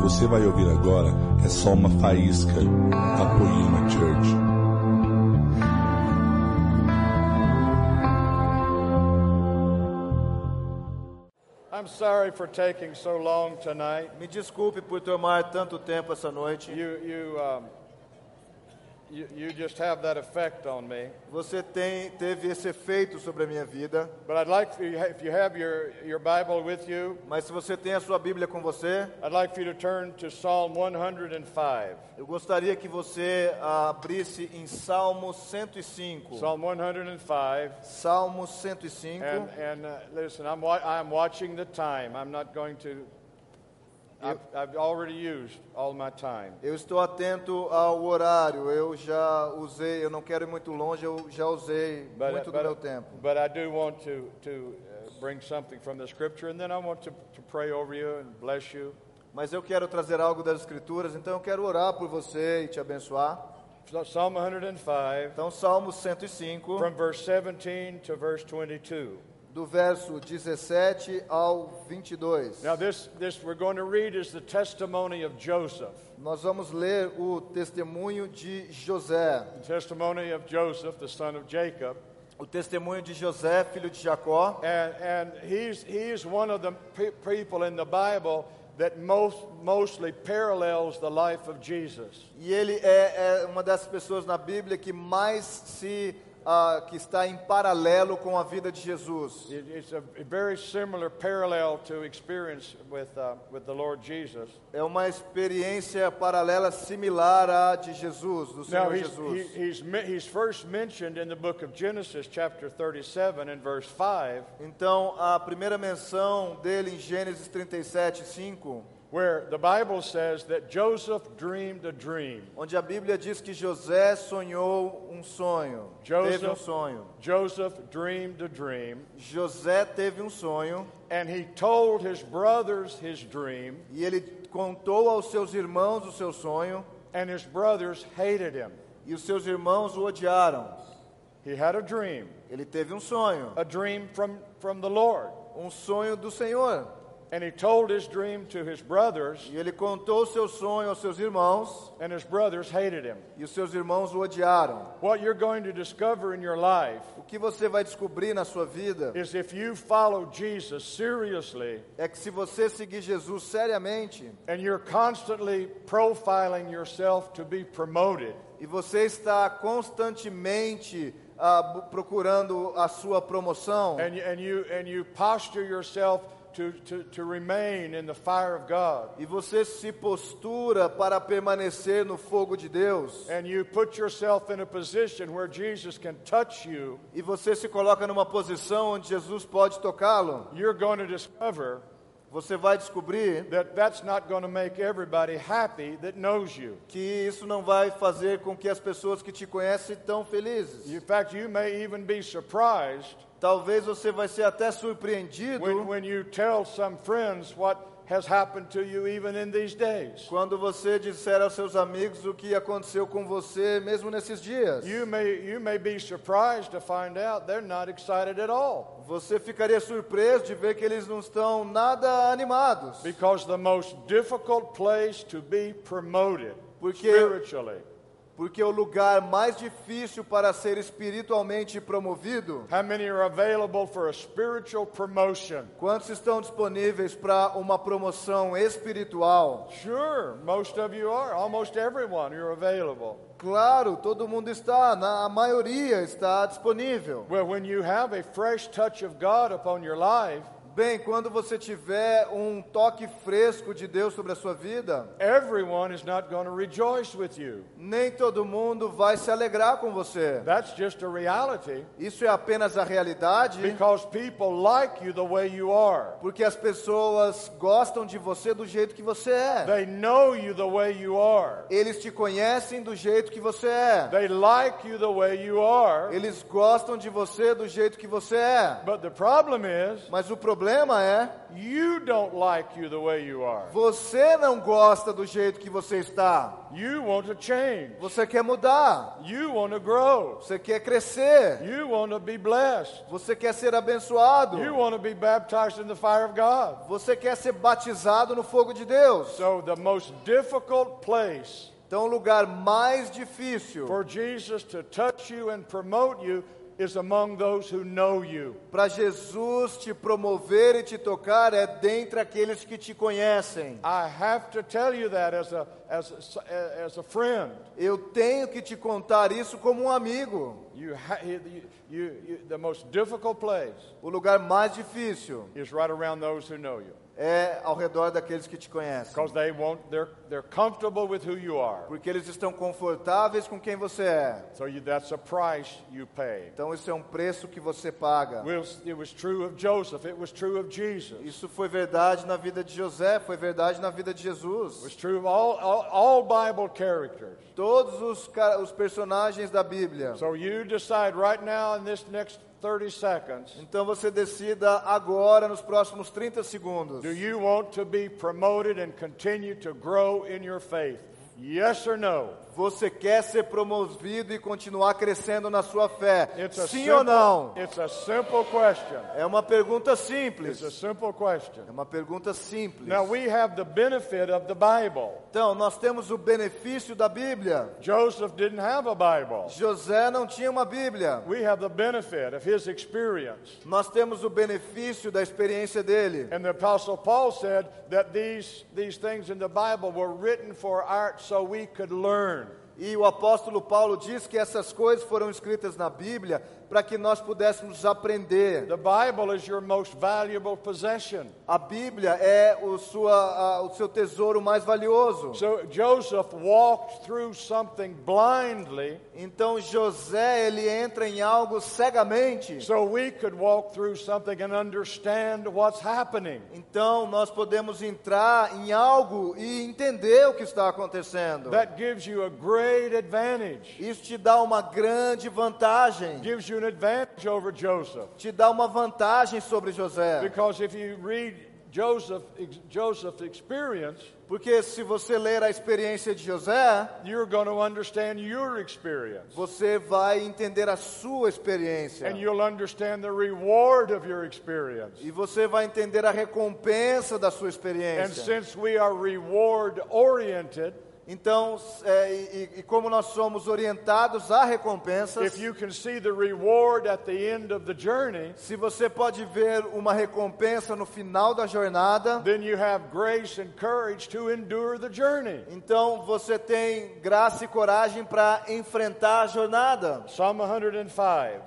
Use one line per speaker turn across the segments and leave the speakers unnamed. você vai ouvir agora é só uma faísca da Poema Church.
I'm sorry for taking so long tonight.
Me desculpe por tomar tanto tempo essa noite.
You, you, um, you, you just have that effect on me.
Você tem, teve esse efeito sobre a minha vida.
But I'd like for you, if you have your, your Bible with you,
Mas se você tem a sua Bíblia com você,
I'd like for you to turn to Psalm 105.
eu gostaria que você ah, abrisse em Salmo 105.
Psalm 105.
Salmo 105.
And, and uh, listen, I'm, wa- I'm watching the time. I'm not going to. I've, I've already used all my time.
Eu estou atento ao horário. Eu já usei, eu não quero ir muito longe, eu já usei
But,
muito do
but-
meu tempo.
but I do want to, to uh, bring something from the scripture, and then I want to, to pray over you and bless you.
Mas eu quero trazer algo das Escrituras, então eu quero orar por você e te abençoar.
So Psalm 105,
Então, Salmo 105.
from verse 17 to verse 22.
do verso 17 ao 22.
Now, this, this we're going to read is the testimony of Joseph.
Nós vamos ler o testemunho de José.
The testimony of Joseph, the son of Jacob.
O testemunho de José, filho de Jacó.
And, and he's, he's one of the pe- people in the Bible that most, mostly parallels the life of Jesus.
E ele é, é uma das pessoas na Bíblia que mais se ah, que está em paralelo com a vida de Jesus.
It, it's a very similar parallel to experience with, uh, with the Lord Jesus.
É uma experiência paralela similar à de Jesus, do
Now,
Senhor
he's, he,
Jesus.
he's, me- he's first mentioned in the book of Genesis, chapter 37, and verse 5,
Então, a primeira menção dele em Gênesis 37, 5,
where the Bible says that Joseph dreamed a dream.
onde a Bíblia diz que José sonhou um sonho. teve um
Joseph,
sonho.
Joseph dreamed a dream,
José teve um sonho
and he told his brothers his dream,
e ele contou aos seus irmãos o seu sonho
and his brothers hated him.
e os seus irmãos o odiaram.
He had a dream,
Ele teve um sonho,
a dream from, from the Lord.
um sonho do Senhor.
And he told his dream to his brothers,
E ele contou o seu sonho aos seus irmãos
and his brothers hated him.
e os seus irmãos o odiaram.
What you're going to discover in your life
O que você vai descobrir na sua vida
is if you follow Jesus seriously
é que se você seguir Jesus seriamente
and you're constantly profiling yourself to be promoted,
e você está constantemente ah, bu- procurando a sua promoção,
and you, and you, and you posture yourself to, to, to remain in the fire of God,
e você se postura para permanecer no fogo de Deus,
and you put yourself in a position where Jesus can touch you,
e você se coloca numa posição onde Jesus pode tocá-lo,
you're going to discover
você vai descobrir
that that's not going to make everybody happy that knows you.
que isso não vai fazer com que as pessoas que te conhecem tão
In
felizes.
fact, you may even be surprised
Talvez você vai ser até surpreendido
when, when you tell some friends what has happened to you even in these days.
quando você disser aos seus amigos o que aconteceu com você mesmo nesses dias.
You may, you may be surprised to find out they're not excited at all
Você ficaria surpreso de ver que eles não estão nada animados,
because the most difficult place to be promoted
Porque-
spiritually
porque é o lugar mais difícil para ser espiritualmente promovido
how many are available for a spiritual promotion
Quantos estão disponíveis para uma promoção espiritual?
sure most of you are almost everyone you're available
Claro, todo mundo está, na, a maioria está disponível.
well when you have a fresh touch of god upon your life
Bem, quando você tiver um toque fresco de Deus sobre a sua vida,
everyone is not going to rejoice with you
nem todo mundo vai se alegrar com você.
that's just a reality
Isso é apenas a realidade,
because people like you the way you are
porque as pessoas gostam de você do jeito que você é.
they know you the way you are
Eles te conhecem do jeito que você é.
They like you the way you are,
Eles gostam de você do jeito que você é.
but the problem is
Mas o problema é
You don't like you the way you are.
você não gosta do jeito que você está.
You want to change.
Você quer mudar,
You want to grow.
você quer crescer,
You want to be blessed.
você quer ser abençoado,
You want to be baptized in the fire of God.
você quer ser batizado no fogo de Deus.
So, the most difficult place
Então, o lugar mais difícil
for Jesus to touch you and promote you is among those who know you.
para Jesus te promover e te tocar é dentre aqueles que te conhecem.
I have to tell you that as a, as a, as a friend.
Eu tenho que te contar isso como um amigo.
You ha- you, you, you, the most difficult place
O lugar mais difícil
is right around those who know you
é ao redor daqueles que te conhecem,
because they won't, they're, they're comfortable with who you are.
porque eles estão confortáveis com quem você é.
So you, that's a price you pay.
Então isso é um preço que você paga.
Was- It was true of Joseph. It was true of Jesus. It
Isso foi verdade na vida de José, foi verdade na vida de
was
Jesus.
true of all, all, all Bible characters.
Todos os, ca- os personagens da Bíblia.
So you decide right now in this next 30 seconds
Então você decida agora, nos próximos 30 segundos.
do you want to be promoted and continue to grow in your faith? Yes or no?
Você quer ser promovido e continuar crescendo na sua fé?
It's a
Sim
simple,
ou não?
It's a simple question.
É uma pergunta
It's a
simples.
simple question.
É uma pergunta simples.
Now we have the benefit of the Bible.
Então, nós temos o benefício da Bíblia.
Joseph didn't have a Bible.
José não tinha uma Bíblia.
We have the benefit of his experience.
Nós temos o benefício da experiência dele.
And the Apostle Paul said that these, these things in the Bible were written for art so we could learn.
E o apóstolo Paulo diz que essas coisas foram escritas na Bíblia para que nós pudéssemos aprender.
The Bible is your most valuable possession.
A Bíblia é o, sua, a- o seu tesouro mais valioso.
So Joseph walked through something blindly
Então José ele entra em algo cegamente.
so we could walk through something and understand what's happening.
Então nós podemos entrar em algo e entender o que está acontecendo.
That gives you a great advantage.
Isso te dá uma grande vantagem.
Gives you an advantage over Joseph.
Te dá uma vantagem sobre José.
Because if you read Joseph, ex- Joseph's experience,
Porque se você ler a experiência de José,
you're going to understand your experience.
você vai entender a sua experiência.
And you'll understand the reward of your experience.
E você vai entender a recompensa da sua
And
experiência.
since we are reward oriented,
Então, é, e, e como nós somos orientados a recompensas,
if you can see the reward at the end of the journey,
Se você pode ver uma recompensa no final da jornada,
then you have grace and courage to endure the journey.
então você tem graça e coragem para enfrentar a jornada.
Psalm 105,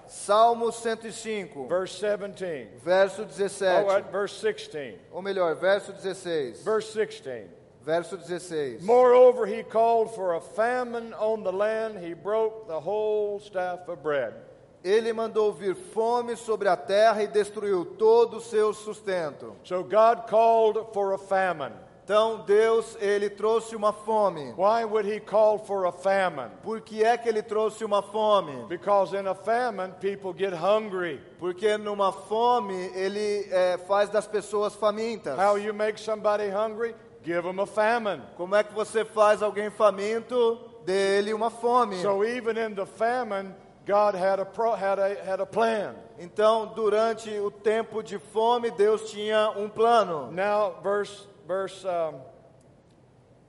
Salmo 105,
verse 17.
verso
Oh, at
17.
verse 16.
Ou melhor, verso 16.
Verse 16.
Verso 16.
Moreover, he called for a famine on the land. He broke the whole staff of bread.
Ele mandou vir fome sobre a terra e destruiu todo o seu sustento.
So God called for a famine.
Então Deus, ele trouxe uma fome.
Why would he call for a famine?
Por que é que ele trouxe uma fome?
Because in a famine, people get hungry.
Porque numa fome ele eh, faz das pessoas famintas.
How you make somebody hungry? Give them a famine.
Como é que você faz alguém faminto dele uma fome?
So even in the famine, God had a, pro, had a, had a plan.
então, durante o tempo de fome, Deus tinha um plano.
Now, verse, verse, um,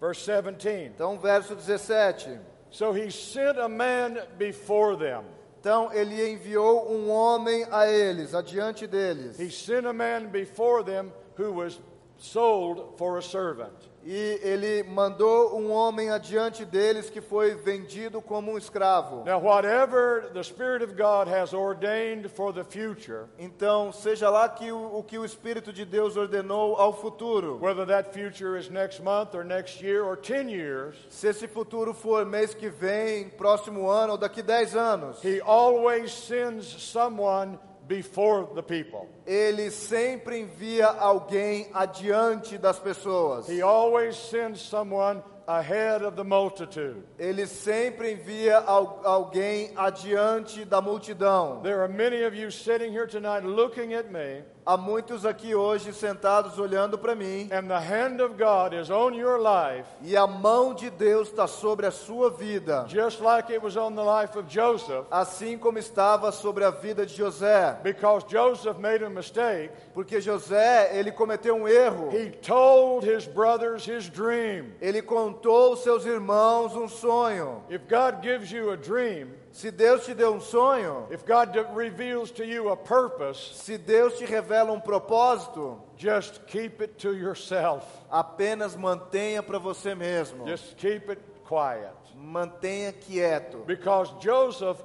verse 17.
Então, verso 17.
So he sent a man before them.
Então, ele enviou um homem a eles, adiante
He
deles.
sent a man before them who was sold for a servant.
E ele mandou um homem adiante deles que foi vendido como um escravo.
Now, whatever the Spirit of God has ordained for the future,
Então, seja lá que o, o que o Espírito de Deus ordenou ao futuro.
whether that future is next month or next year or 10 years,
Se esse futuro for mês que vem, próximo ano ou daqui 10 anos,
He always sends someone before the people.
ele sempre envia alguém adiante das pessoas.
He always sends someone ahead of the multitude.
Ele sempre envia al- alguém adiante da multidão.
There are many of you sitting here tonight looking at me
Há muitos aqui hoje sentados olhando para mim,
and the hand of God is on your life,
e a mão de Deus está sobre a sua vida,
just like it was on the life of Joseph,
assim como estava sobre a vida de José.
because Joseph made a mistake.
Porque José, ele cometeu um erro.
He told his brothers his dream.
Ele contou aos seus irmãos um sonho.
If God gives you a dream,
Se Deus te deu um sonho,
if God de- reveals to you a purpose,
se Deus te revela um propósito,
just keep it to yourself.
apenas mantenha para você mesmo.
Just keep it quiet.
Mantenha quieto.
Because Joseph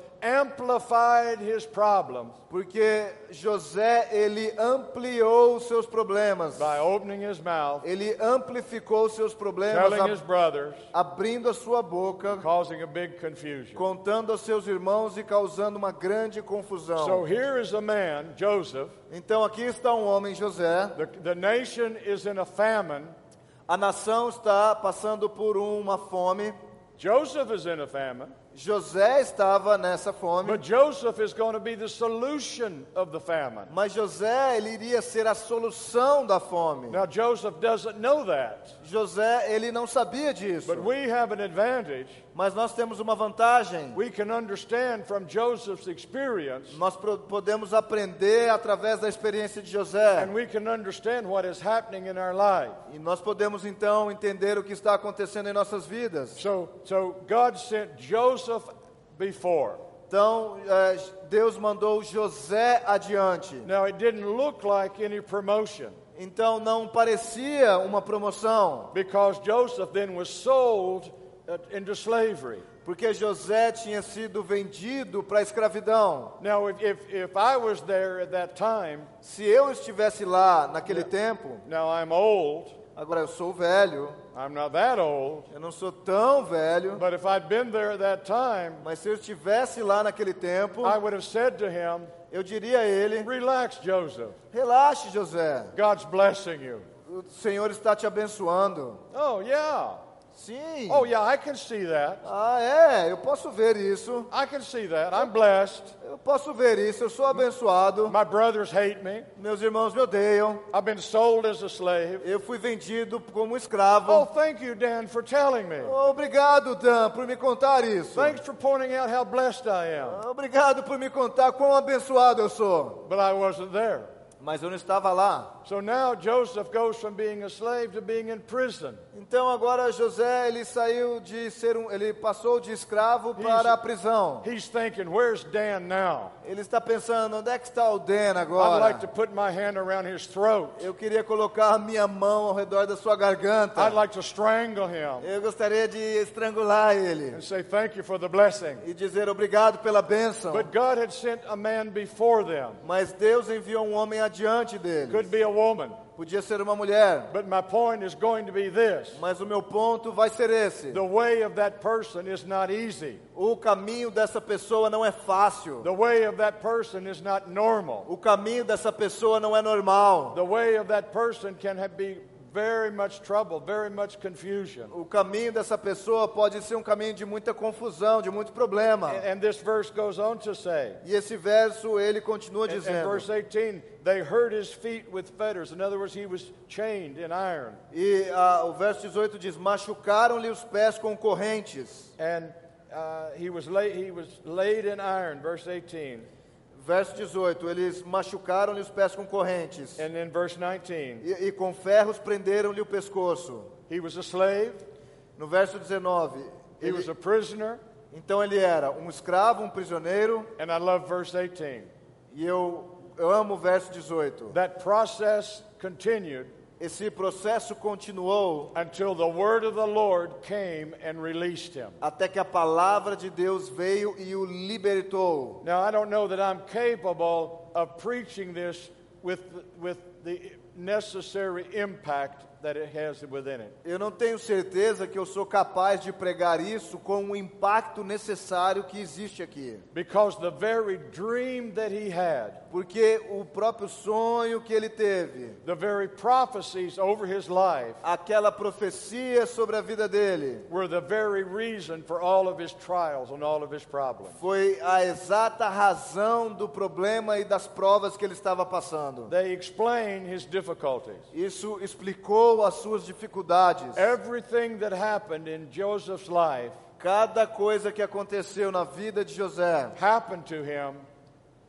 amplified his problems
Porque José, ele ampliou os seus problemas.
by opening his mouth,
Ele amplificou os seus problemas,
telling his
ab-
brothers,
abrindo a sua boca,
causing a big confusion.
contando aos seus irmãos e causando uma grande
So
confusão.
here is a man, Joseph.
Então aqui está um homem, José.
The, the nation is in a famine.
A nação está passando por uma fome.
Joseph is in a famine.
José estava nessa fome,
But Joseph is going to be the solution of the famine.
mas José ele iria ser a solução da fome.
Now, Joseph doesn't know that.
José ele não sabia disso,
But we have an advantage.
mas nós temos uma vantagem.
We can understand from Joseph's experience,
Nós pro- podemos aprender através da experiência de
and
José.
we can understand what is happening in our life.
E nós podemos então entender o que está acontecendo em nossas vidas.
So, so God sent Joseph before.
Então, eh, Deus mandou José adiante.
Now, it didn't look like any promotion
Então, não parecia uma promoção,
because Joseph then was sold uh, into slavery.
porque José tinha sido vendido para a escravidão.
Now, if, if, if I was there at that time,
Se eu estivesse lá
É.
naquele tempo,
now I'm old,
agora eu sou velho,
I'm not that old,
eu não sou tão velho,
But if I'd been there at that time,
mas se eu estivesse lá naquele tempo,
I would have said to him,
eu diria a ele:
Relax, Joseph.
Relaxe, José,
God's blessing you.
o Senhor está te abençoando.
Oh, yeah.
Sim.
Oh, yeah, I can see that.
Ah, é, eu posso ver isso.
I can see that. I'm blessed.
Eu posso ver isso, eu sou abençoado.
My brothers hate me.
Meus irmãos me odeiam.
I've been sold as a slave.
Eu fui vendido como
Oh,
escravo.
thank you, Dan, for telling me.
Obrigado, Dan, por me contar isso.
Thanks for pointing out how blessed I am.
Obrigado por me contar quão abençoado eu sou.
But I wasn't there.
Mas eu não estava lá.
So now Joseph goes from being a slave to being in prison.
Então agora José ele saiu de ser um, ele passou de escravo para a prisão.
He's thinking, Where's Dan now?
Ele está pensando onde é que está o Dan
I'd like to
agora?
put my hand around his throat,
Eu queria colocar a minha mão ao redor da sua garganta.
I'd like to strangle him.
Eu gostaria de estrangular ele
and say thank you for the blessing.
e dizer obrigado pela bênção.
But God had sent a man before them.
Mas Deus enviou um homem adiante dele.
Could be a woman.
Podia ser uma mulher.
But my point is going to be this.
Mas o meu ponto vai ser esse.
The way of that person is not easy.
O caminho dessa pessoa não é fácil.
The way of that person is not normal.
O caminho dessa pessoa não é normal.
The way of that person can have be very much trouble, very much confusion.
O caminho dessa pessoa pode ser um caminho de muita confusão, de muito problema.
And, and this verse goes on to say,
E esse verso ele continua
in, in
dizendo.
verse 18, they hurt his feet with fetters. In other words, he was chained in iron.
E ah, o verso 18 diz: Machucaram-lhe os pés com correntes.
And uh, he, was lay, he was laid in iron, verse 18.
Verso 18: Eles machucaram-lhe os pés com correntes.
And in verse 19,
E, e com ferros prenderam-lhe o pescoço.
he was a slave,
No verso 19:
he was
ele,
a prisoner,
Então ele era um escravo, um prisioneiro.
and I love verse 18.
E eu, eu amo o verso 18.
That process continued
Esse processo continuou
until the word of the Lord came and released him.
até que a palavra de Deus veio e o libertou.
Now, I don't know that I'm capable of preaching this with, with the necessary impact that it has within it.
Eu não tenho certeza que eu sou capaz de pregar isso com o impacto necessário que existe aqui.
Because the very dream that he had,
Porque o próprio sonho que ele teve,
the very prophecies over his life,
aquela profecia sobre a vida dele,
were the very reason for all of his trials and all of his problems.
foi a exata razão do problema e das provas que ele estava passando.
They explain his difficulties.
Isso explicou as suas dificuldades.
É. Everything that happened in Joseph's life
Cada coisa que aconteceu na vida de José
happened to him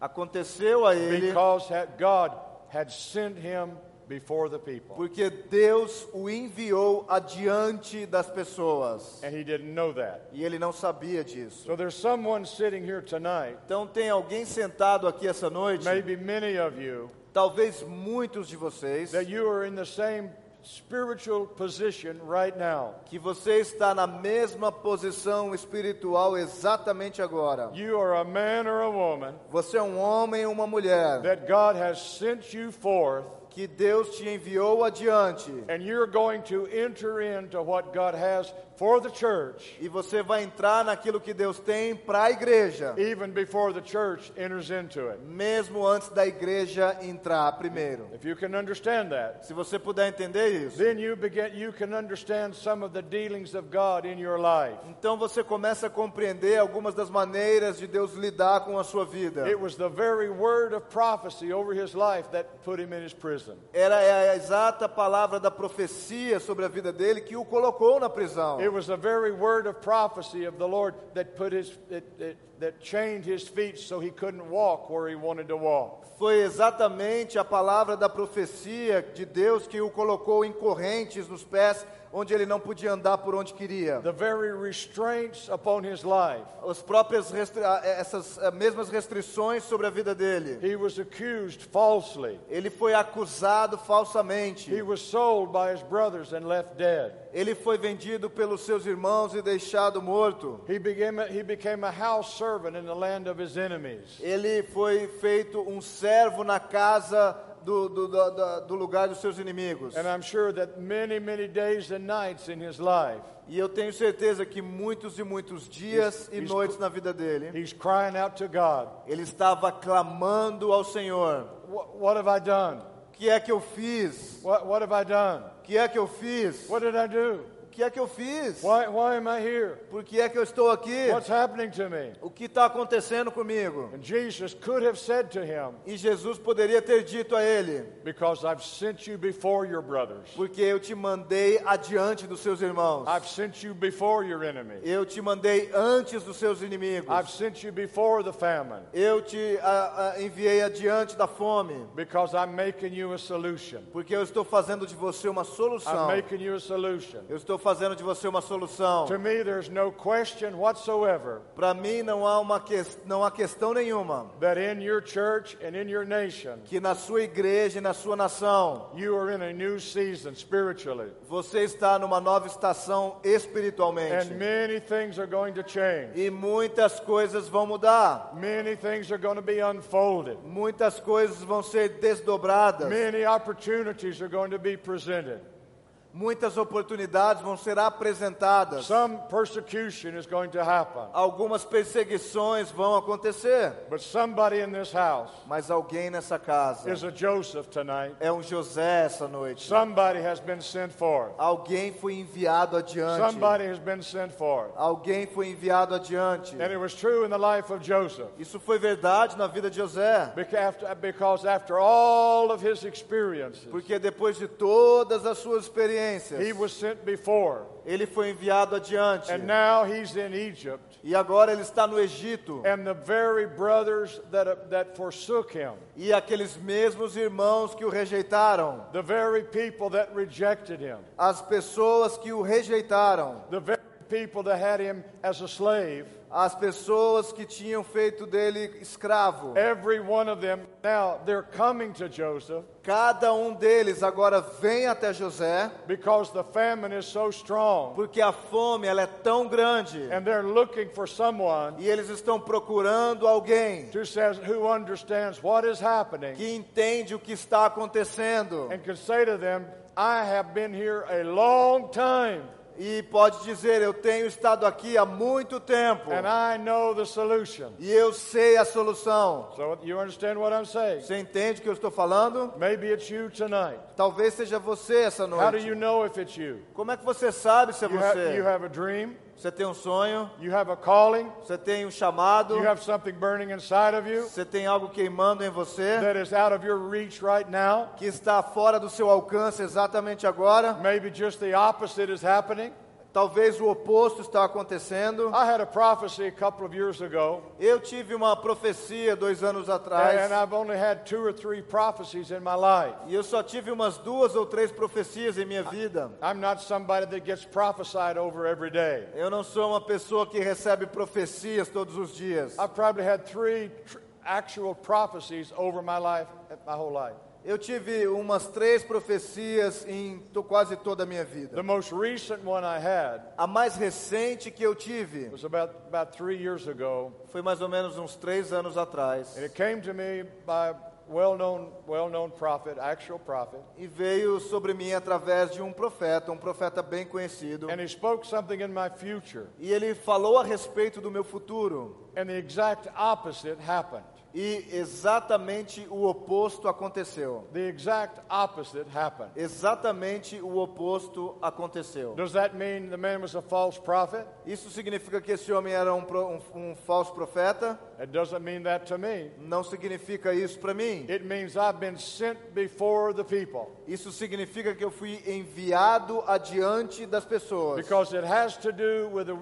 aconteceu a ele
because had- God had sent him before the people.
porque Deus o enviou adiante das pessoas.
And he didn't know that.
E ele não sabia disso.
So there's someone sitting here tonight,
Então tem alguém sentado aqui essa noite,
maybe many of you,
talvez muitos de vocês,
that you are in the same spiritual position right now.
que você está na mesma posição espiritual exatamente agora.
You are a man or a woman
Você é um homem ou uma mulher
that God has sent you forth,
que Deus te enviou adiante
and you're going to enter into what God has for the church
e você vai entrar naquilo que Deus tem para a igreja,
even before the church enters into it.
mesmo antes da igreja entrar primeiro.
If you can understand that,
Se você puder entender isso,
then you begin you can understand some of the dealings of God in your life.
então você começa a compreender algumas das maneiras de Deus lidar com a sua vida.
It was the very word of prophecy over his life that put him in his prison.
Era é a exata palavra da profecia sobre a vida dele que o colocou na prisão.
It was the very word of prophecy of the Lord that put his that, that, that chained his feet so he couldn't walk where he wanted to walk.
Foi exatamente a palavra da profecia de Deus que o colocou em correntes nos pés, onde ele não podia andar por onde queria.
The very restraints upon his life.
As próprias restri- ah, eh, essas eh, mesmas restrições sobre a vida dele.
He was accused falsely.
Ele foi acusado falsamente.
He was sold by his brothers and left dead.
Ele foi vendido pelos seus irmãos e deixado morto.
He became a, he became a house servant in the land of his enemies.
Ele foi feito um servo na casa do, do, do- do- do lugar dos seus inimigos.
And I'm sure that many, many days and nights in his life,
E eu tenho certeza que muitos e muitos dias e
He's-
noites na vida dele,
he's crying out to God,
ele estava clamando ao Senhor:
What, what have I done?
O que é que eu fiz?
What, what have I done?
O que é que eu fiz?
What did I do?
O que é que eu fiz?
Why, why am I here?
Por que é que eu estou aqui?
What's happening to me?
O que está acontecendo comigo?
And Jesus could have said to him,
E Jesus poderia ter dito a ele:
Because I've sent you before your brothers,
Porque eu te mandei adiante dos seus irmãos.
I've sent you before your enemies,
Eu te mandei antes dos seus inimigos.
I've sent you before the famine,
Eu te ah, ah, enviei adiante da fome.
because I'm making you a solution.
Porque eu estou fazendo de você uma
I'm
solução.
making you a solution.
Eu estou fazendo de você uma solução.
To me, there's no question whatsoever
Para mim não há uma ques- não há questão nenhuma
that in your church and in your nation,
que na sua igreja e na sua nação
you are in a new season spiritually,
você está numa nova estação
and
espiritualmente
many things are going to change.
e muitas coisas vão mudar,
Many things are going to be unfolded.
muitas coisas vão ser desdobradas,
Many opportunities are going to be presented.
muitas oportunidades vão ser apresentadas,
Some persecution is going to happen.
algumas perseguições vão acontecer,
But somebody in this house
mas alguém nessa casa
is a Joseph tonight.
é um José essa noite.
Somebody has been sent forth.
Alguém foi enviado adiante.
Somebody has been sent forth.
Alguém foi enviado adiante.
And it was true in the life of Joseph.
Isso foi verdade na vida de José,
Beca- after- Because after all of his experiences,
porque depois de todas as suas
he
experiências,
was sent before.
ele foi enviado adiante.
And now he's in Egypt.
E agora ele está no Egito.
And the very brothers that, uh, that forsook him,
E aqueles mesmos irmãos que o rejeitaram,
the very people that rejected him,
as pessoas que o rejeitaram,
the very people that had him as a slave,
as pessoas que tinham feito dele escravo,
every one of them, now they're coming to Joseph
cada um deles agora vem até José,
because the famine is so strong
porque a fome ela é tão grande.
and they're looking for someone
E eles estão procurando alguém
who says who understands what is happening É.
que entende o que está acontecendo.
and can say to them I have been here a long time
e pode dizer: Eu tenho estado aqui há muito tempo
and I know the solution.
e eu sei a solução.
So you understand what I'm saying?
Você entende o que eu estou falando?
Maybe it's you tonight.
Talvez seja você essa
How do
noite.
you know if it's you?
Como é que você sabe se é
You have, you
você?
have a dream,
Você tem um sonho,
you have a calling,
você tem um chamado,
you have something burning inside of you
você tem algo queimando em você
that is out of your reach right now.
que está fora do seu alcance exatamente agora.
Maybe just the opposite is happening.
Talvez o oposto está acontecendo.
I had a prophecy a couple of years ago,
Eu tive uma profecia dois anos
and
atrás
I've only had two or three prophecies in my life.
e eu só tive umas duas ou três profecias em minha vida.
I'm not somebody that gets prophesied over every day.
Eu não sou uma pessoa que recebe profecias todos os dias.
I've probably had three tr- actual prophecies over my life, my whole life.
Eu tive umas três profecias em to- quase toda a minha vida.
The most recent one I had
A mais recente que eu tive
was about, about three years ago,
foi mais ou menos uns três anos atrás
and it came to me by a well-known, well-known prophet, actual prophet,
e veio sobre mim através de um profeta, um profeta bem conhecido.
and he spoke something in my future,
E ele falou a respeito do meu futuro
and the exact opposite happened.
e exatamente o oposto aconteceu.
The exact opposite happened.
Exatamente o oposto aconteceu.
Does that mean the man was a false prophet?
Isso significa que esse homem era um, pro- um, um falso profeta?
It doesn't mean that to me.
Não significa isso para mim.
It means I've been sent before the people
Isso significa que eu fui enviado adiante das pessoas.
because it has to do with the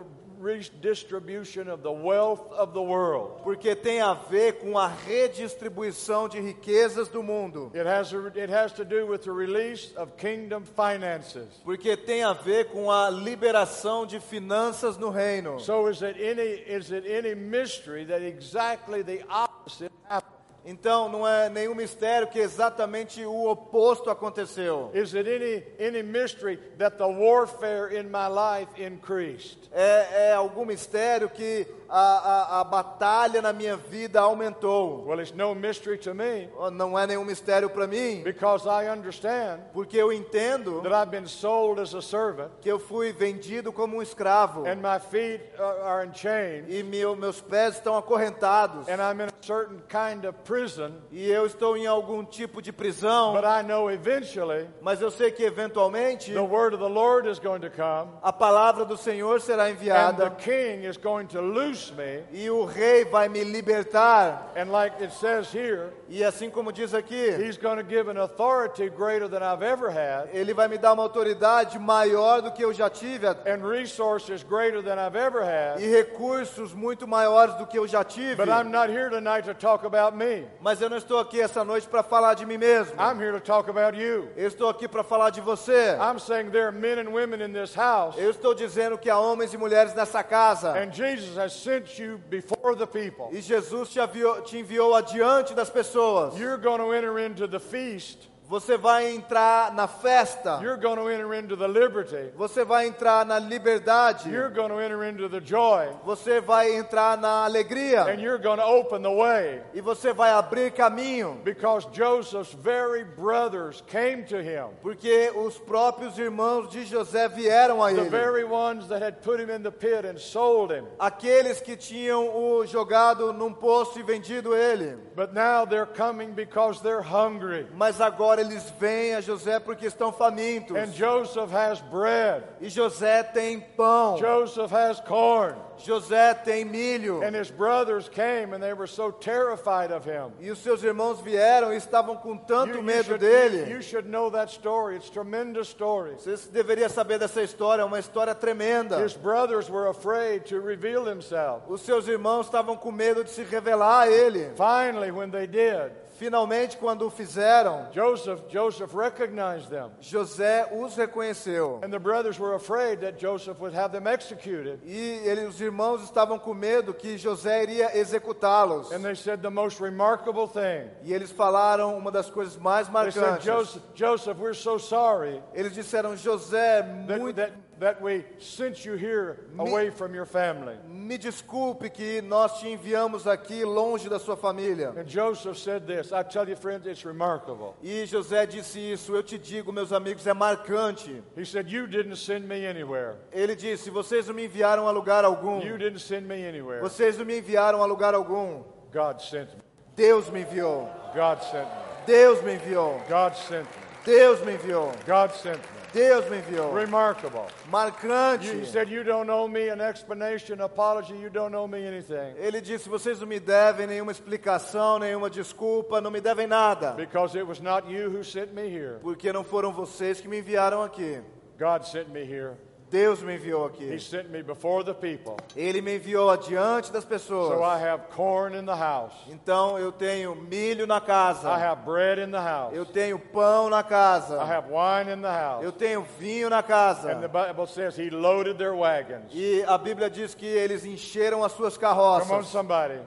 redistribution of the wealth of the world.
Porque tem a ver com a redistribuição de riquezas do mundo.
It has, a, it has to do with the release of kingdom finances.
Porque tem a ver com a liberação de finanças no reino.
So is it any is it any mystery that exactly the opposite happened?
Então não é nenhum mistério que exatamente o oposto aconteceu.
Is it any any mystery that the warfare in my life increased?
É, é algum mistério que a, a, a batalha na minha vida aumentou.
Well, it's no mystery to me
Não é nenhum mistério para mim,
because I understand
porque eu entendo
that I've been sold as a servant
que eu fui vendido como um escravo.
and my feet are are in chains
e meu, meus pés estão acorrentados
and I'm in a certain kind of prison,
e eu estou em algum tipo de prisão,
but I know eventually
mas eu sei que eventualmente
the word of the Lord is going to come
a palavra do Senhor será
and the
enviada
king is going to loose me
e o rei vai me libertar.
and like it says here
E assim como diz aqui,
He's going to give an authority greater than I've ever had
ele vai me dar uma autoridade maior do que eu já tive a-
and resources greater than I've ever
e
had.
recursos muito maiores do que eu já tive.
But I'm not here tonight to talk about me.
Mas eu não estou aqui essa noite para falar de mim mesmo.
I'm here to talk about you.
Eu estou aqui para falar de você.
I'm saying there are men and women in this house,
Eu estou dizendo que há homens e mulheres nessa casa.
and Jesus has sent you before the people.
E Jesus te, aviou- te enviou adiante das pessoas.
You're going to enter into the feast.
Você vai entrar na festa.
You're going to enter into the liberty.
Você vai entrar na liberdade.
You're going to enter into the joy.
Você vai entrar na
And
alegria.
you're going to open the way.
E você vai abrir caminho.
Because Joseph's very brothers came to him.
Porque os próprios irmãos de José vieram a
The
ele.
very ones that had put him in the pit and sold him.
Aqueles que tinham o jogado num poço e vendido ele.
But now they're coming because they're hungry.
Mas agora eles vêm a José porque estão famintos.
And Joseph has bread.
E José tem pão.
Joseph has corn.
José tem milho.
And his brothers came and they were so terrified of him.
E os seus irmãos vieram e estavam com tanto medo
should,
dele.
you should know that story. It's a tremendous story.
Você deveria saber dessa história, é uma história tremenda.
His brothers were afraid to reveal himself.
Os seus irmãos estavam com medo de se revelar a ele.
Finally, when they did,
Finalmente, quando o fizeram,
Joseph, Joseph recognized them.
José os reconheceu.
And the brothers were afraid that Joseph would have them executed.
E ele, os irmãos estavam com medo que José iria executá-los.
And they said the most remarkable thing.
E eles falaram uma das coisas mais
They said,
marcantes.
Joseph, Joseph, we're so sorry
Eles disseram, José,
that,
muito,
that, that we sent you here away from your family.
Me desculpe que nós te enviamos aqui longe da sua família.
And Joseph said this. I tell you, friends, it's remarkable.
E José disse isso. Eu te digo, meus amigos, é marcante.
He said, You didn't send me anywhere.
Ele disse: Vocês não me enviaram a lugar algum.
You didn't send me anywhere.
Vocês não me enviaram a lugar algum.
God sent me.
Deus me enviou.
God sent me.
Deus me enviou.
God sent me.
Deus me enviou.
God sent me.
Deus me enviou.
Remarkable.
Marcante.
You, he said, You don't owe me an explanation, apology. You don't owe me anything.
Ele disse: Vocês não me devem nenhuma explicação, nenhuma desculpa, não me devem nada.
Because it was not you who sent me here.
Porque não foram vocês que me enviaram aqui.
God sent me here.
Deus me enviou aqui.
He sent me before the people.
Ele me enviou adiante das
So I
pessoas.
have corn in the house.
Então eu tenho milho na
I
casa.
have bread in the house.
Eu tenho pão na
I
casa.
have wine in the house.
Eu tenho vinho na
And the
casa.
Bible says he loaded their wagons.
E a Bíblia diz que eles encheram as suas
Come on,
carroças.
somebody.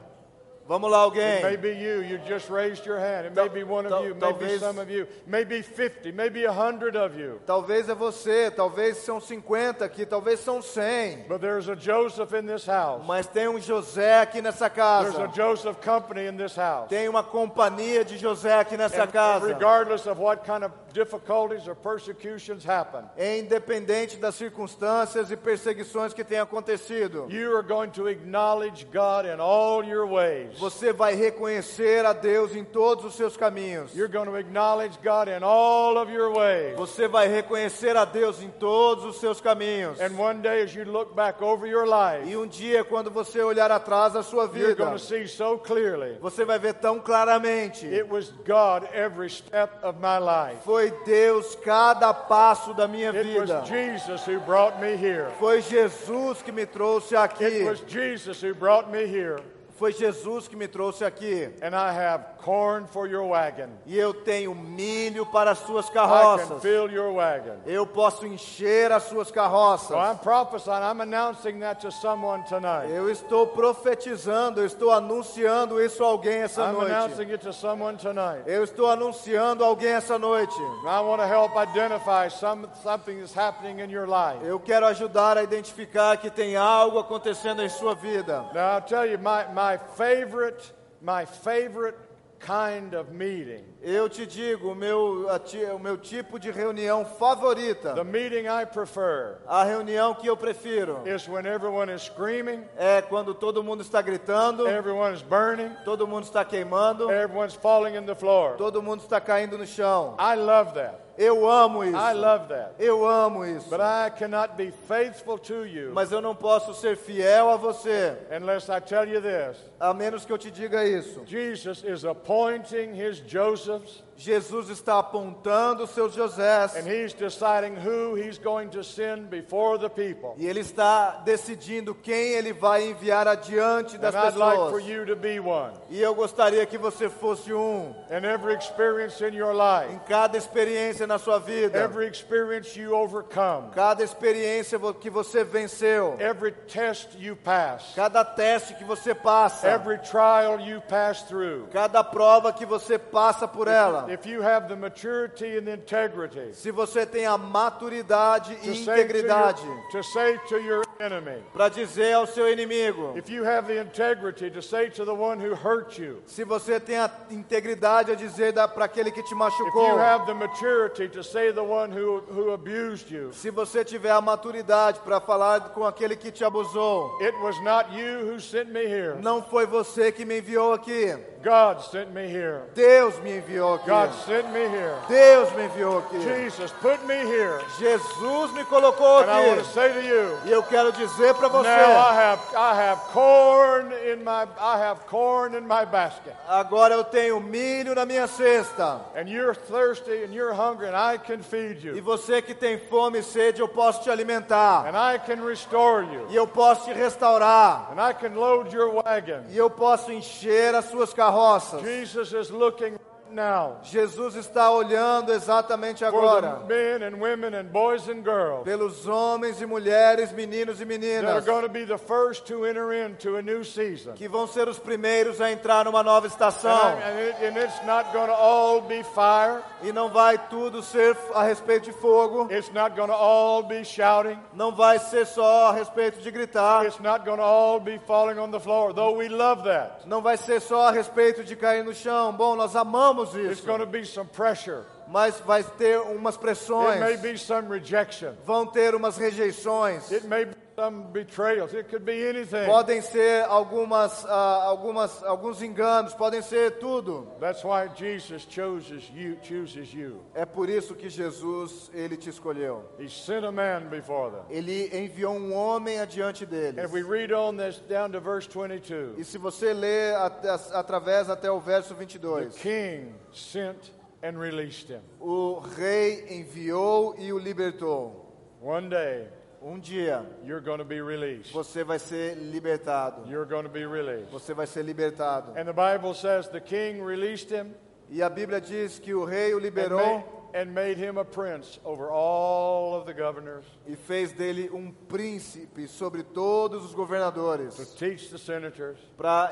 Vamos lá,
It may
alguém.
be you. You just raised your hand. It may be one of
Tal-
you. Maybe
talvez-
some of you. Maybe 50. Maybe 100 of you.
Talvez é você, talvez são 50 aqui, talvez são 100.
But there's a Joseph in this house.
Mas tem um José aqui nessa
There's a
casa.
Joseph company in this house.
Tem uma companhia de José aqui nessa
And
casa.
regardless of what kind of difficulties or persecutions happen,
É independente das circunstâncias e perseguições que tenham acontecido.
you are going to acknowledge God in all your ways.
Você vai reconhecer a Deus em todos os seus caminhos.
You're going to acknowledge God in all of your ways.
Você vai reconhecer a Deus em todos os seus caminhos.
And one day, as you look back over your life,
E um dia, quando você olhar atrás da sua
you're
vida,
going to see so clearly
você vai ver tão claramente.
it was God every step of my life.
Foi Deus cada passo da minha
It
vida.
was Jesus who brought me here.
Foi Jesus que me trouxe
It
aqui.
was Jesus who brought me here.
Foi Jesus que me trouxe aqui.
And I have corn for your wagon.
E eu tenho milho para as suas
I can
carroças.
fill your wagon.
Eu posso encher as suas carroças.
So I'm prophesying, I'm announcing that to someone tonight.
Eu estou profetizando, eu estou anunciando isso a alguém essa
I'm
noite.
announcing it to someone tonight.
Eu estou anunciando a alguém essa noite.
And I want to help identify some, something that's happening in your life.
Eu quero ajudar a identificar que tem algo acontecendo em sua vida.
Now I'll tell you my, my favorite my favorite kind of meeting.
Eu te digo, o meu, a ti- o meu tipo de reunião favorita,
The meeting I prefer
a reunião que eu prefiro,
is when everyone is screaming,
é quando todo mundo está gritando,
everyone is burning,
todo mundo está queimando,
everyone's falling in the floor.
todo mundo está caindo no chão.
I love that.
Eu amo
I
isso.
love that.
Eu amo isso.
But I cannot be faithful to you
Mas eu não posso ser fiel a você.
unless I tell you this.
A menos que eu te diga isso.
Jesus is appointing his Josephs
Jesus está apontando os seus Josés.
and he's deciding who he's going to send before the people.
E ele está decidindo quem ele vai enviar adiante das
And I'd like for
pessoas.
you to be one.
E eu gostaria que você fosse um
And every experience in your life,
em cada experiência na sua vida.
every experience you overcome,
Cada experiência vo- que você venceu.
every test you pass,
Cada teste que você passa.
every trial you pass through,
Cada prova que você passa por ela.
if you have the maturity and integrity
Se você tem a maturidade
to
e
say to
integridade
your, to say to your enemy,
para dizer ao seu inimigo.
if you have the integrity to say to the one who hurt you,
Se você tem a integridade a dizer para aquele que te
if
machucou,
you have the maturity to say to the one who, who abused you,
se você tiver a maturidade para falar com aquele que te abusou,
it was not you who sent me here.
não foi você que me enviou aqui.
God sent me here.
Deus me enviou aqui.
God sent me here.
Deus me enviou aqui.
Jesus put me here.
Jesus me colocou
And I want to
aqui.
say to you,
E eu quero dizer para
now I
você,
have I have corn in my I have corn in my basket.
agora eu tenho milho na minha cesta.
And you're thirsty and you're hungry and I can feed
E
you.
você que tem fome e sede, eu posso te alimentar.
And I can restore you.
E eu posso te restaurar.
And I can load your wagon.
E eu posso encher as suas carroças.
Jesus is looking right now
Jesus está olhando exatamente
for
agora
the men and women and boys and girls
pelos homens e mulheres, meninos e
that are
meninas
going to be the first to enter into a new season.
que vão ser os primeiros a entrar numa nova
And,
estação.
I'm- and it- and it's not going to all be fire.
E não vai tudo ser f- a respeito de fogo,
It's not going to all be shouting.
não vai ser só a respeito de gritar,
It's not going to all be falling on the floor, though we love that.
não vai ser só a respeito de cair no chão. Bom, nós amamos
It's
isso,
going to be some pressure.
mas vai ter umas
It may
pressões,
be some rejection.
vão ter umas rejeições,
It may be some betrayals. It could be anything.
podem ser algumas, ah, algumas, alguns enganos, podem ser tudo.
That's why Jesus chooses you. Chooses you.
É por isso que Jesus, ele te escolheu.
He sent a man before them.
Ele enviou um homem adiante
And if we
deles.
read on this down to verse 22,
E se você ler at- as- através até o verso
the
22,
king sent and released him.
o rei enviou e o libertou.
One day
Um dia
you're going to be released.
você vai ser libertado.
You're going to be released.
Você vai ser libertado.
And the Bible says the king released him
E a Bíblia diz que o rei o
and made,
liberou
and made him a prince over all of the governors
e fez dele um príncipe sobre todos os
to
governadores,
teach the senators.
para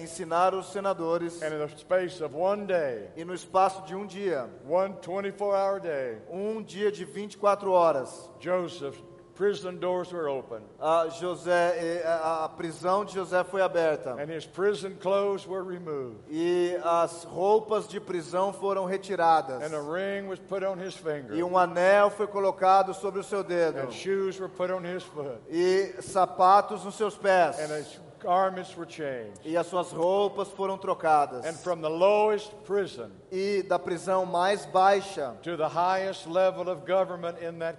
ensinar os senadores.
And in the space of one day,
E no espaço de um dia,
one 24 hour day,
um dia de 24 horas,
Joseph's prison doors were opened
a, José, eh, a a prisão de José foi aberta.
and his prison clothes were removed
E as roupas de prisão foram retiradas.
and a ring was put on his
E
finger
um anel foi colocado sobre o seu dedo.
and shoes were put on his foot
E sapatos nos seus pés.
and his garments were changed.
E as suas roupas foram trocadas.
And from the lowest prison
E da prisão mais baixa
to the highest level of government in that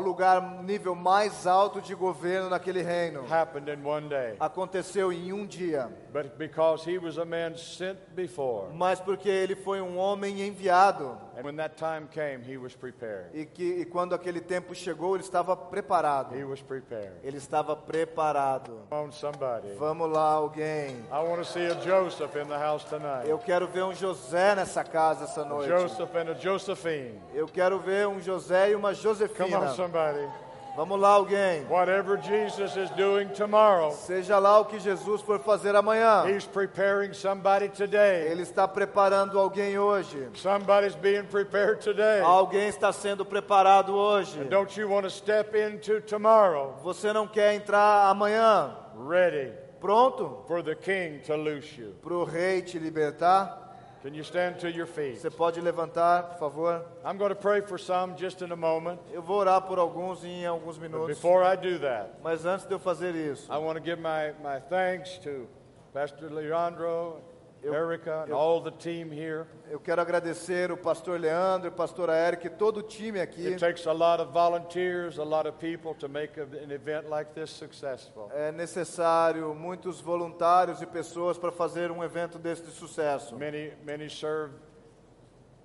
kingdom
lugar nível mais alto de governo naquele reino.
happened in one day.
Aconteceu em um dia.
But because he was a man sent before,
Mas porque ele foi um homem enviado.
and when that time came, he was prepared.
E, que, e quando aquele tempo chegou, ele estava preparado.
He was prepared.
Ele estava preparado.
Come on, somebody.
Vamos lá, alguém.
I want to see a Joseph in the house tonight.
Eu quero ver um José nessa casa essa noite.
Joseph and a Josephine.
Eu quero ver um José e uma
Come
Josefina.
on, somebody.
Vamos lá, alguém.
Whatever Jesus is doing tomorrow,
Seja lá o que Jesus for fazer amanhã.
he's preparing somebody today.
Ele está preparando alguém hoje.
Somebody's being prepared today.
Alguém está sendo preparado hoje.
And don't you want to step into tomorrow
Você não quer entrar amanhã?
ready
Pronto?
for the king to loose you?
Para o rei te libertar.
Can you stand to your feet?
Você pode levantar, por favor.
I'm going to pray for some just in a moment.
Eu vou orar por alguns em alguns
But
minutos.
before I do that,
Mas antes de eu fazer isso,
I want to give my, my thanks to Pastor Leandro, Erica, and all the team here.
eu quero agradecer o pastor Leandro, o pastor Eric e todo o time aqui.
It takes a lot of volunteers, a lot of people to make a- an event like this successful.
É necessário muitos voluntários e pessoas para fazer um evento desse de sucesso.
Many, many serve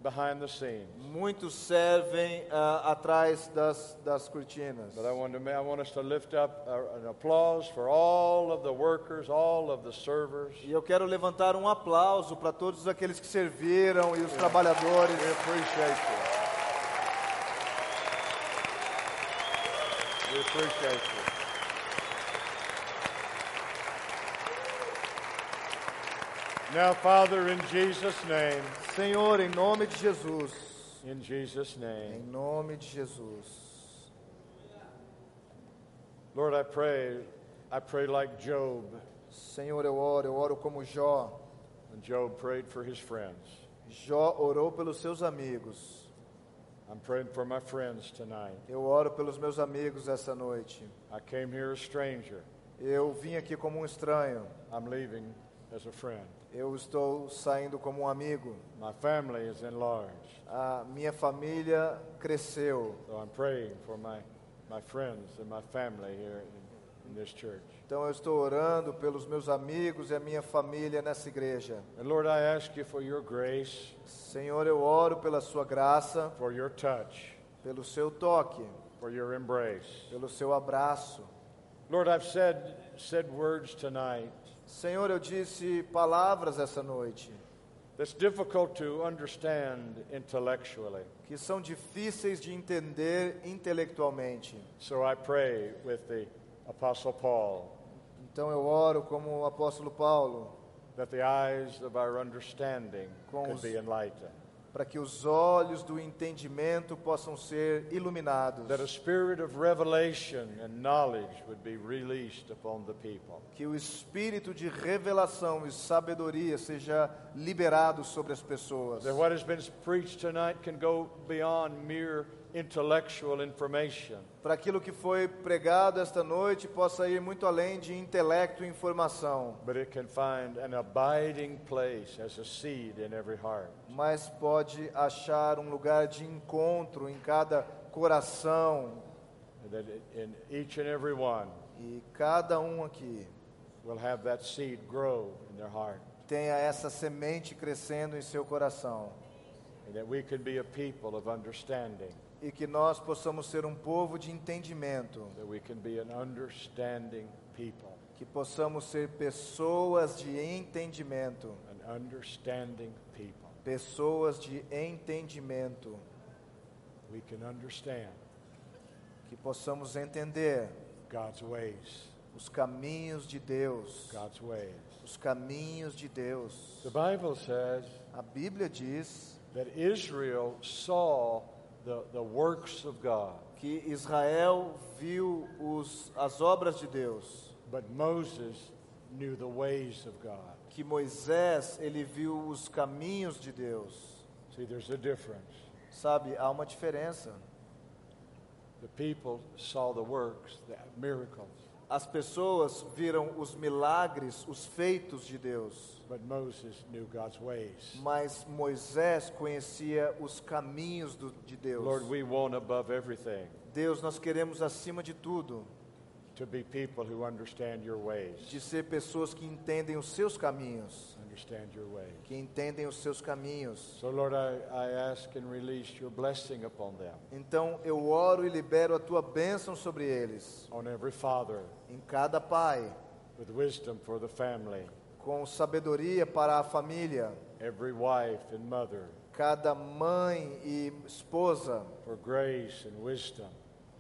behind the scenes.
Muitos servem ah, atrás das, das cortinas.
But I want, to, ma- I want us to lift up a, an applause for all of the workers, all of the servers.
E eu quero levantar um aplauso para todos aqueles que serviram e os trabalhadores.
We appreciate you. We appreciate you. Now, Father, in Jesus' name,
Senhor, em nome de Jesus,
in Jesus' name.
em nome de Jesus,
Lord, I pray, I pray like Job,
Senhor, eu oro, eu oro como Jó.
and Job prayed for his friends.
Jó orou pelos seus amigos.
I'm praying for my friends tonight.
Eu oro pelos meus amigos essa noite.
I came here a stranger.
Eu vim aqui como um estranho.
I'm leaving as a friend.
Eu estou saindo como um amigo.
My family is enlarged,
A minha família cresceu.
so I'm praying for my, my friends and my family here in, in this church.
Então eu estou orando pelos meus amigos e a minha família nessa igreja.
And Lord, I ask you for your grace,
Senhor, eu oro pela sua graça,
for your touch,
pelo seu toque,
for your embrace.
pelo seu abraço.
Lord, I've said, said words tonight
Senhor, eu disse palavras essa noite
that's difficult to understand intellectually.
que são difíceis de entender intelectualmente.
So I pray with the Apostle Paul
Então eu oro como o apóstolo Paulo,
that the eyes of our understanding could
Cons-
be enlightened,
para que os olhos do entendimento possam ser iluminados,
that a spirit of revelation and knowledge would be released upon the people.
que o espírito de revelação e sabedoria seja liberado sobre as pessoas.
That what has been preached tonight can go beyond mere intellectual information,
Para aquilo que foi pregado esta noite possa ir muito além de intelecto e informação,
but it can find an abiding place as a seed in every heart.
mas pode achar um lugar de encontro em cada coração
That it- in each and every one
e cada um aqui
will have that seed grow in their heart.
tenha essa semente crescendo em seu coração
And that we can be a people of understanding,
e que nós possamos ser um povo de entendimento,
that we can be an understanding people,
que possamos ser pessoas de entendimento,
an understanding people.
pessoas de entendimento,
We can understand
que possamos entender
God's ways,
os caminhos de Deus,
God's ways.
os caminhos de Deus.
The Bible says
A Bíblia diz
that Israel saw the, the works of God,
que Israel viu os, as obras de Deus,
but Moses knew the ways of God.
que Moisés ele viu os caminhos de Deus.
See, there's a difference.
Sabe, há uma diferença.
The people saw the works, the miracles,
As pessoas viram os milagres, os feitos de Deus,
but Moses knew God's ways.
mas Moisés conhecia os caminhos do, de Deus.
Lord, we want above everything
Deus, nós queremos acima de tudo
to be people who understand your ways.
de ser pessoas que entendem os seus caminhos,
Understand your ways.
que entendem os seus caminhos.
So, Lord, I, I ask and release your blessing upon them,
Então eu oro e libero a tua bênção sobre eles,
on every father,
em cada pai,
with wisdom for the family,
com sabedoria para a família,
every wife and mother,
cada mãe e esposa,
for grace and wisdom.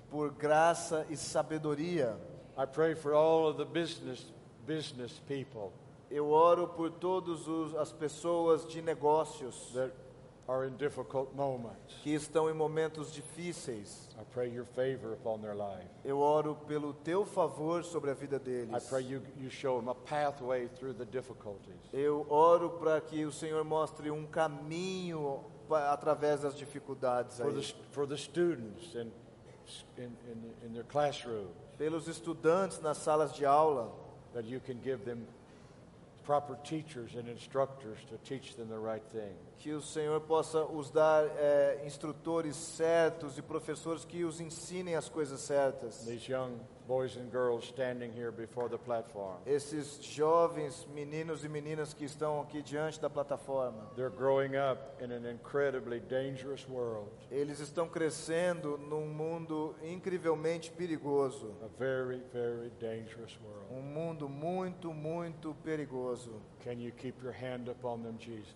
por graça e sabedoria.
I pray for all of the business business people
Eu oro por todas as pessoas de negócios
that are in difficult moments.
que estão em momentos difíceis.
I pray your favor upon their life.
Eu oro pelo teu favor sobre a vida
I
deles.
pray you, you show them a pathway through the difficulties.
Eu oro para que o Senhor mostre um caminho pa- através das dificuldades
For the,
aí.
st- for the students in, in, in, in their classroom,
pelos estudantes nas salas de aula,
that you can give them proper teachers and instructors to teach them the right thing.
que o Senhor possa os dar eh, instrutores certos e professores que os ensinem as coisas certas.
These young boys and girls standing here before the platform,
Esses jovens meninos e meninas que estão aqui diante da plataforma.
they're growing up in an incredibly dangerous world,
Eles estão crescendo num mundo incrivelmente perigoso.
a very, very dangerous world.
Um mundo muito, muito perigoso.
Can you keep your hand upon them, Jesus?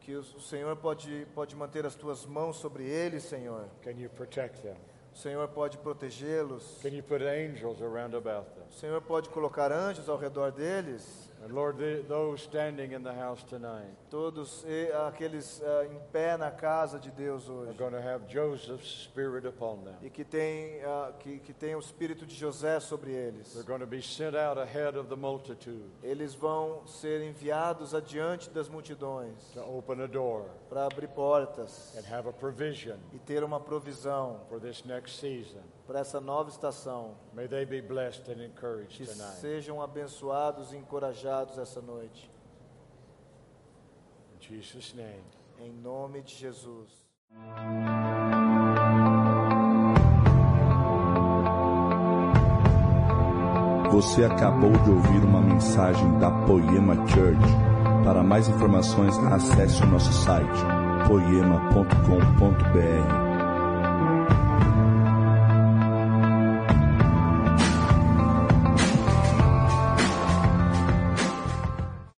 Que o o Senhor pode, pode manter as tuas mãos sobre eles, Senhor.
Can you protect them?
O Senhor pode protegê-los.
Can you put angels around about them?
O Senhor pode colocar anjos ao redor deles.
And Lord, th those standing in the house tonight
Todos e- aqueles ah, em pé na casa de Deus
are
hoje.
going to have Joseph's spirit upon them.
E que tem, ah, que, que tem o espírito de José sobre eles.
They're going to be sent out ahead of the multitude
Eles vão ser enviados adiante das multidões
to open a door
para abrir portas
and have a provision
e ter uma provisão
for this next season.
para essa nova estação.
May they be blessed and encouraged
Que
tonight. In
sejam abençoados e encorajados essa noite.
Jesus' name.
Em nome de Jesus.
Você acabou de ouvir uma mensagem da Poema Church. Para mais informações, acesse o nosso site poema.com.br.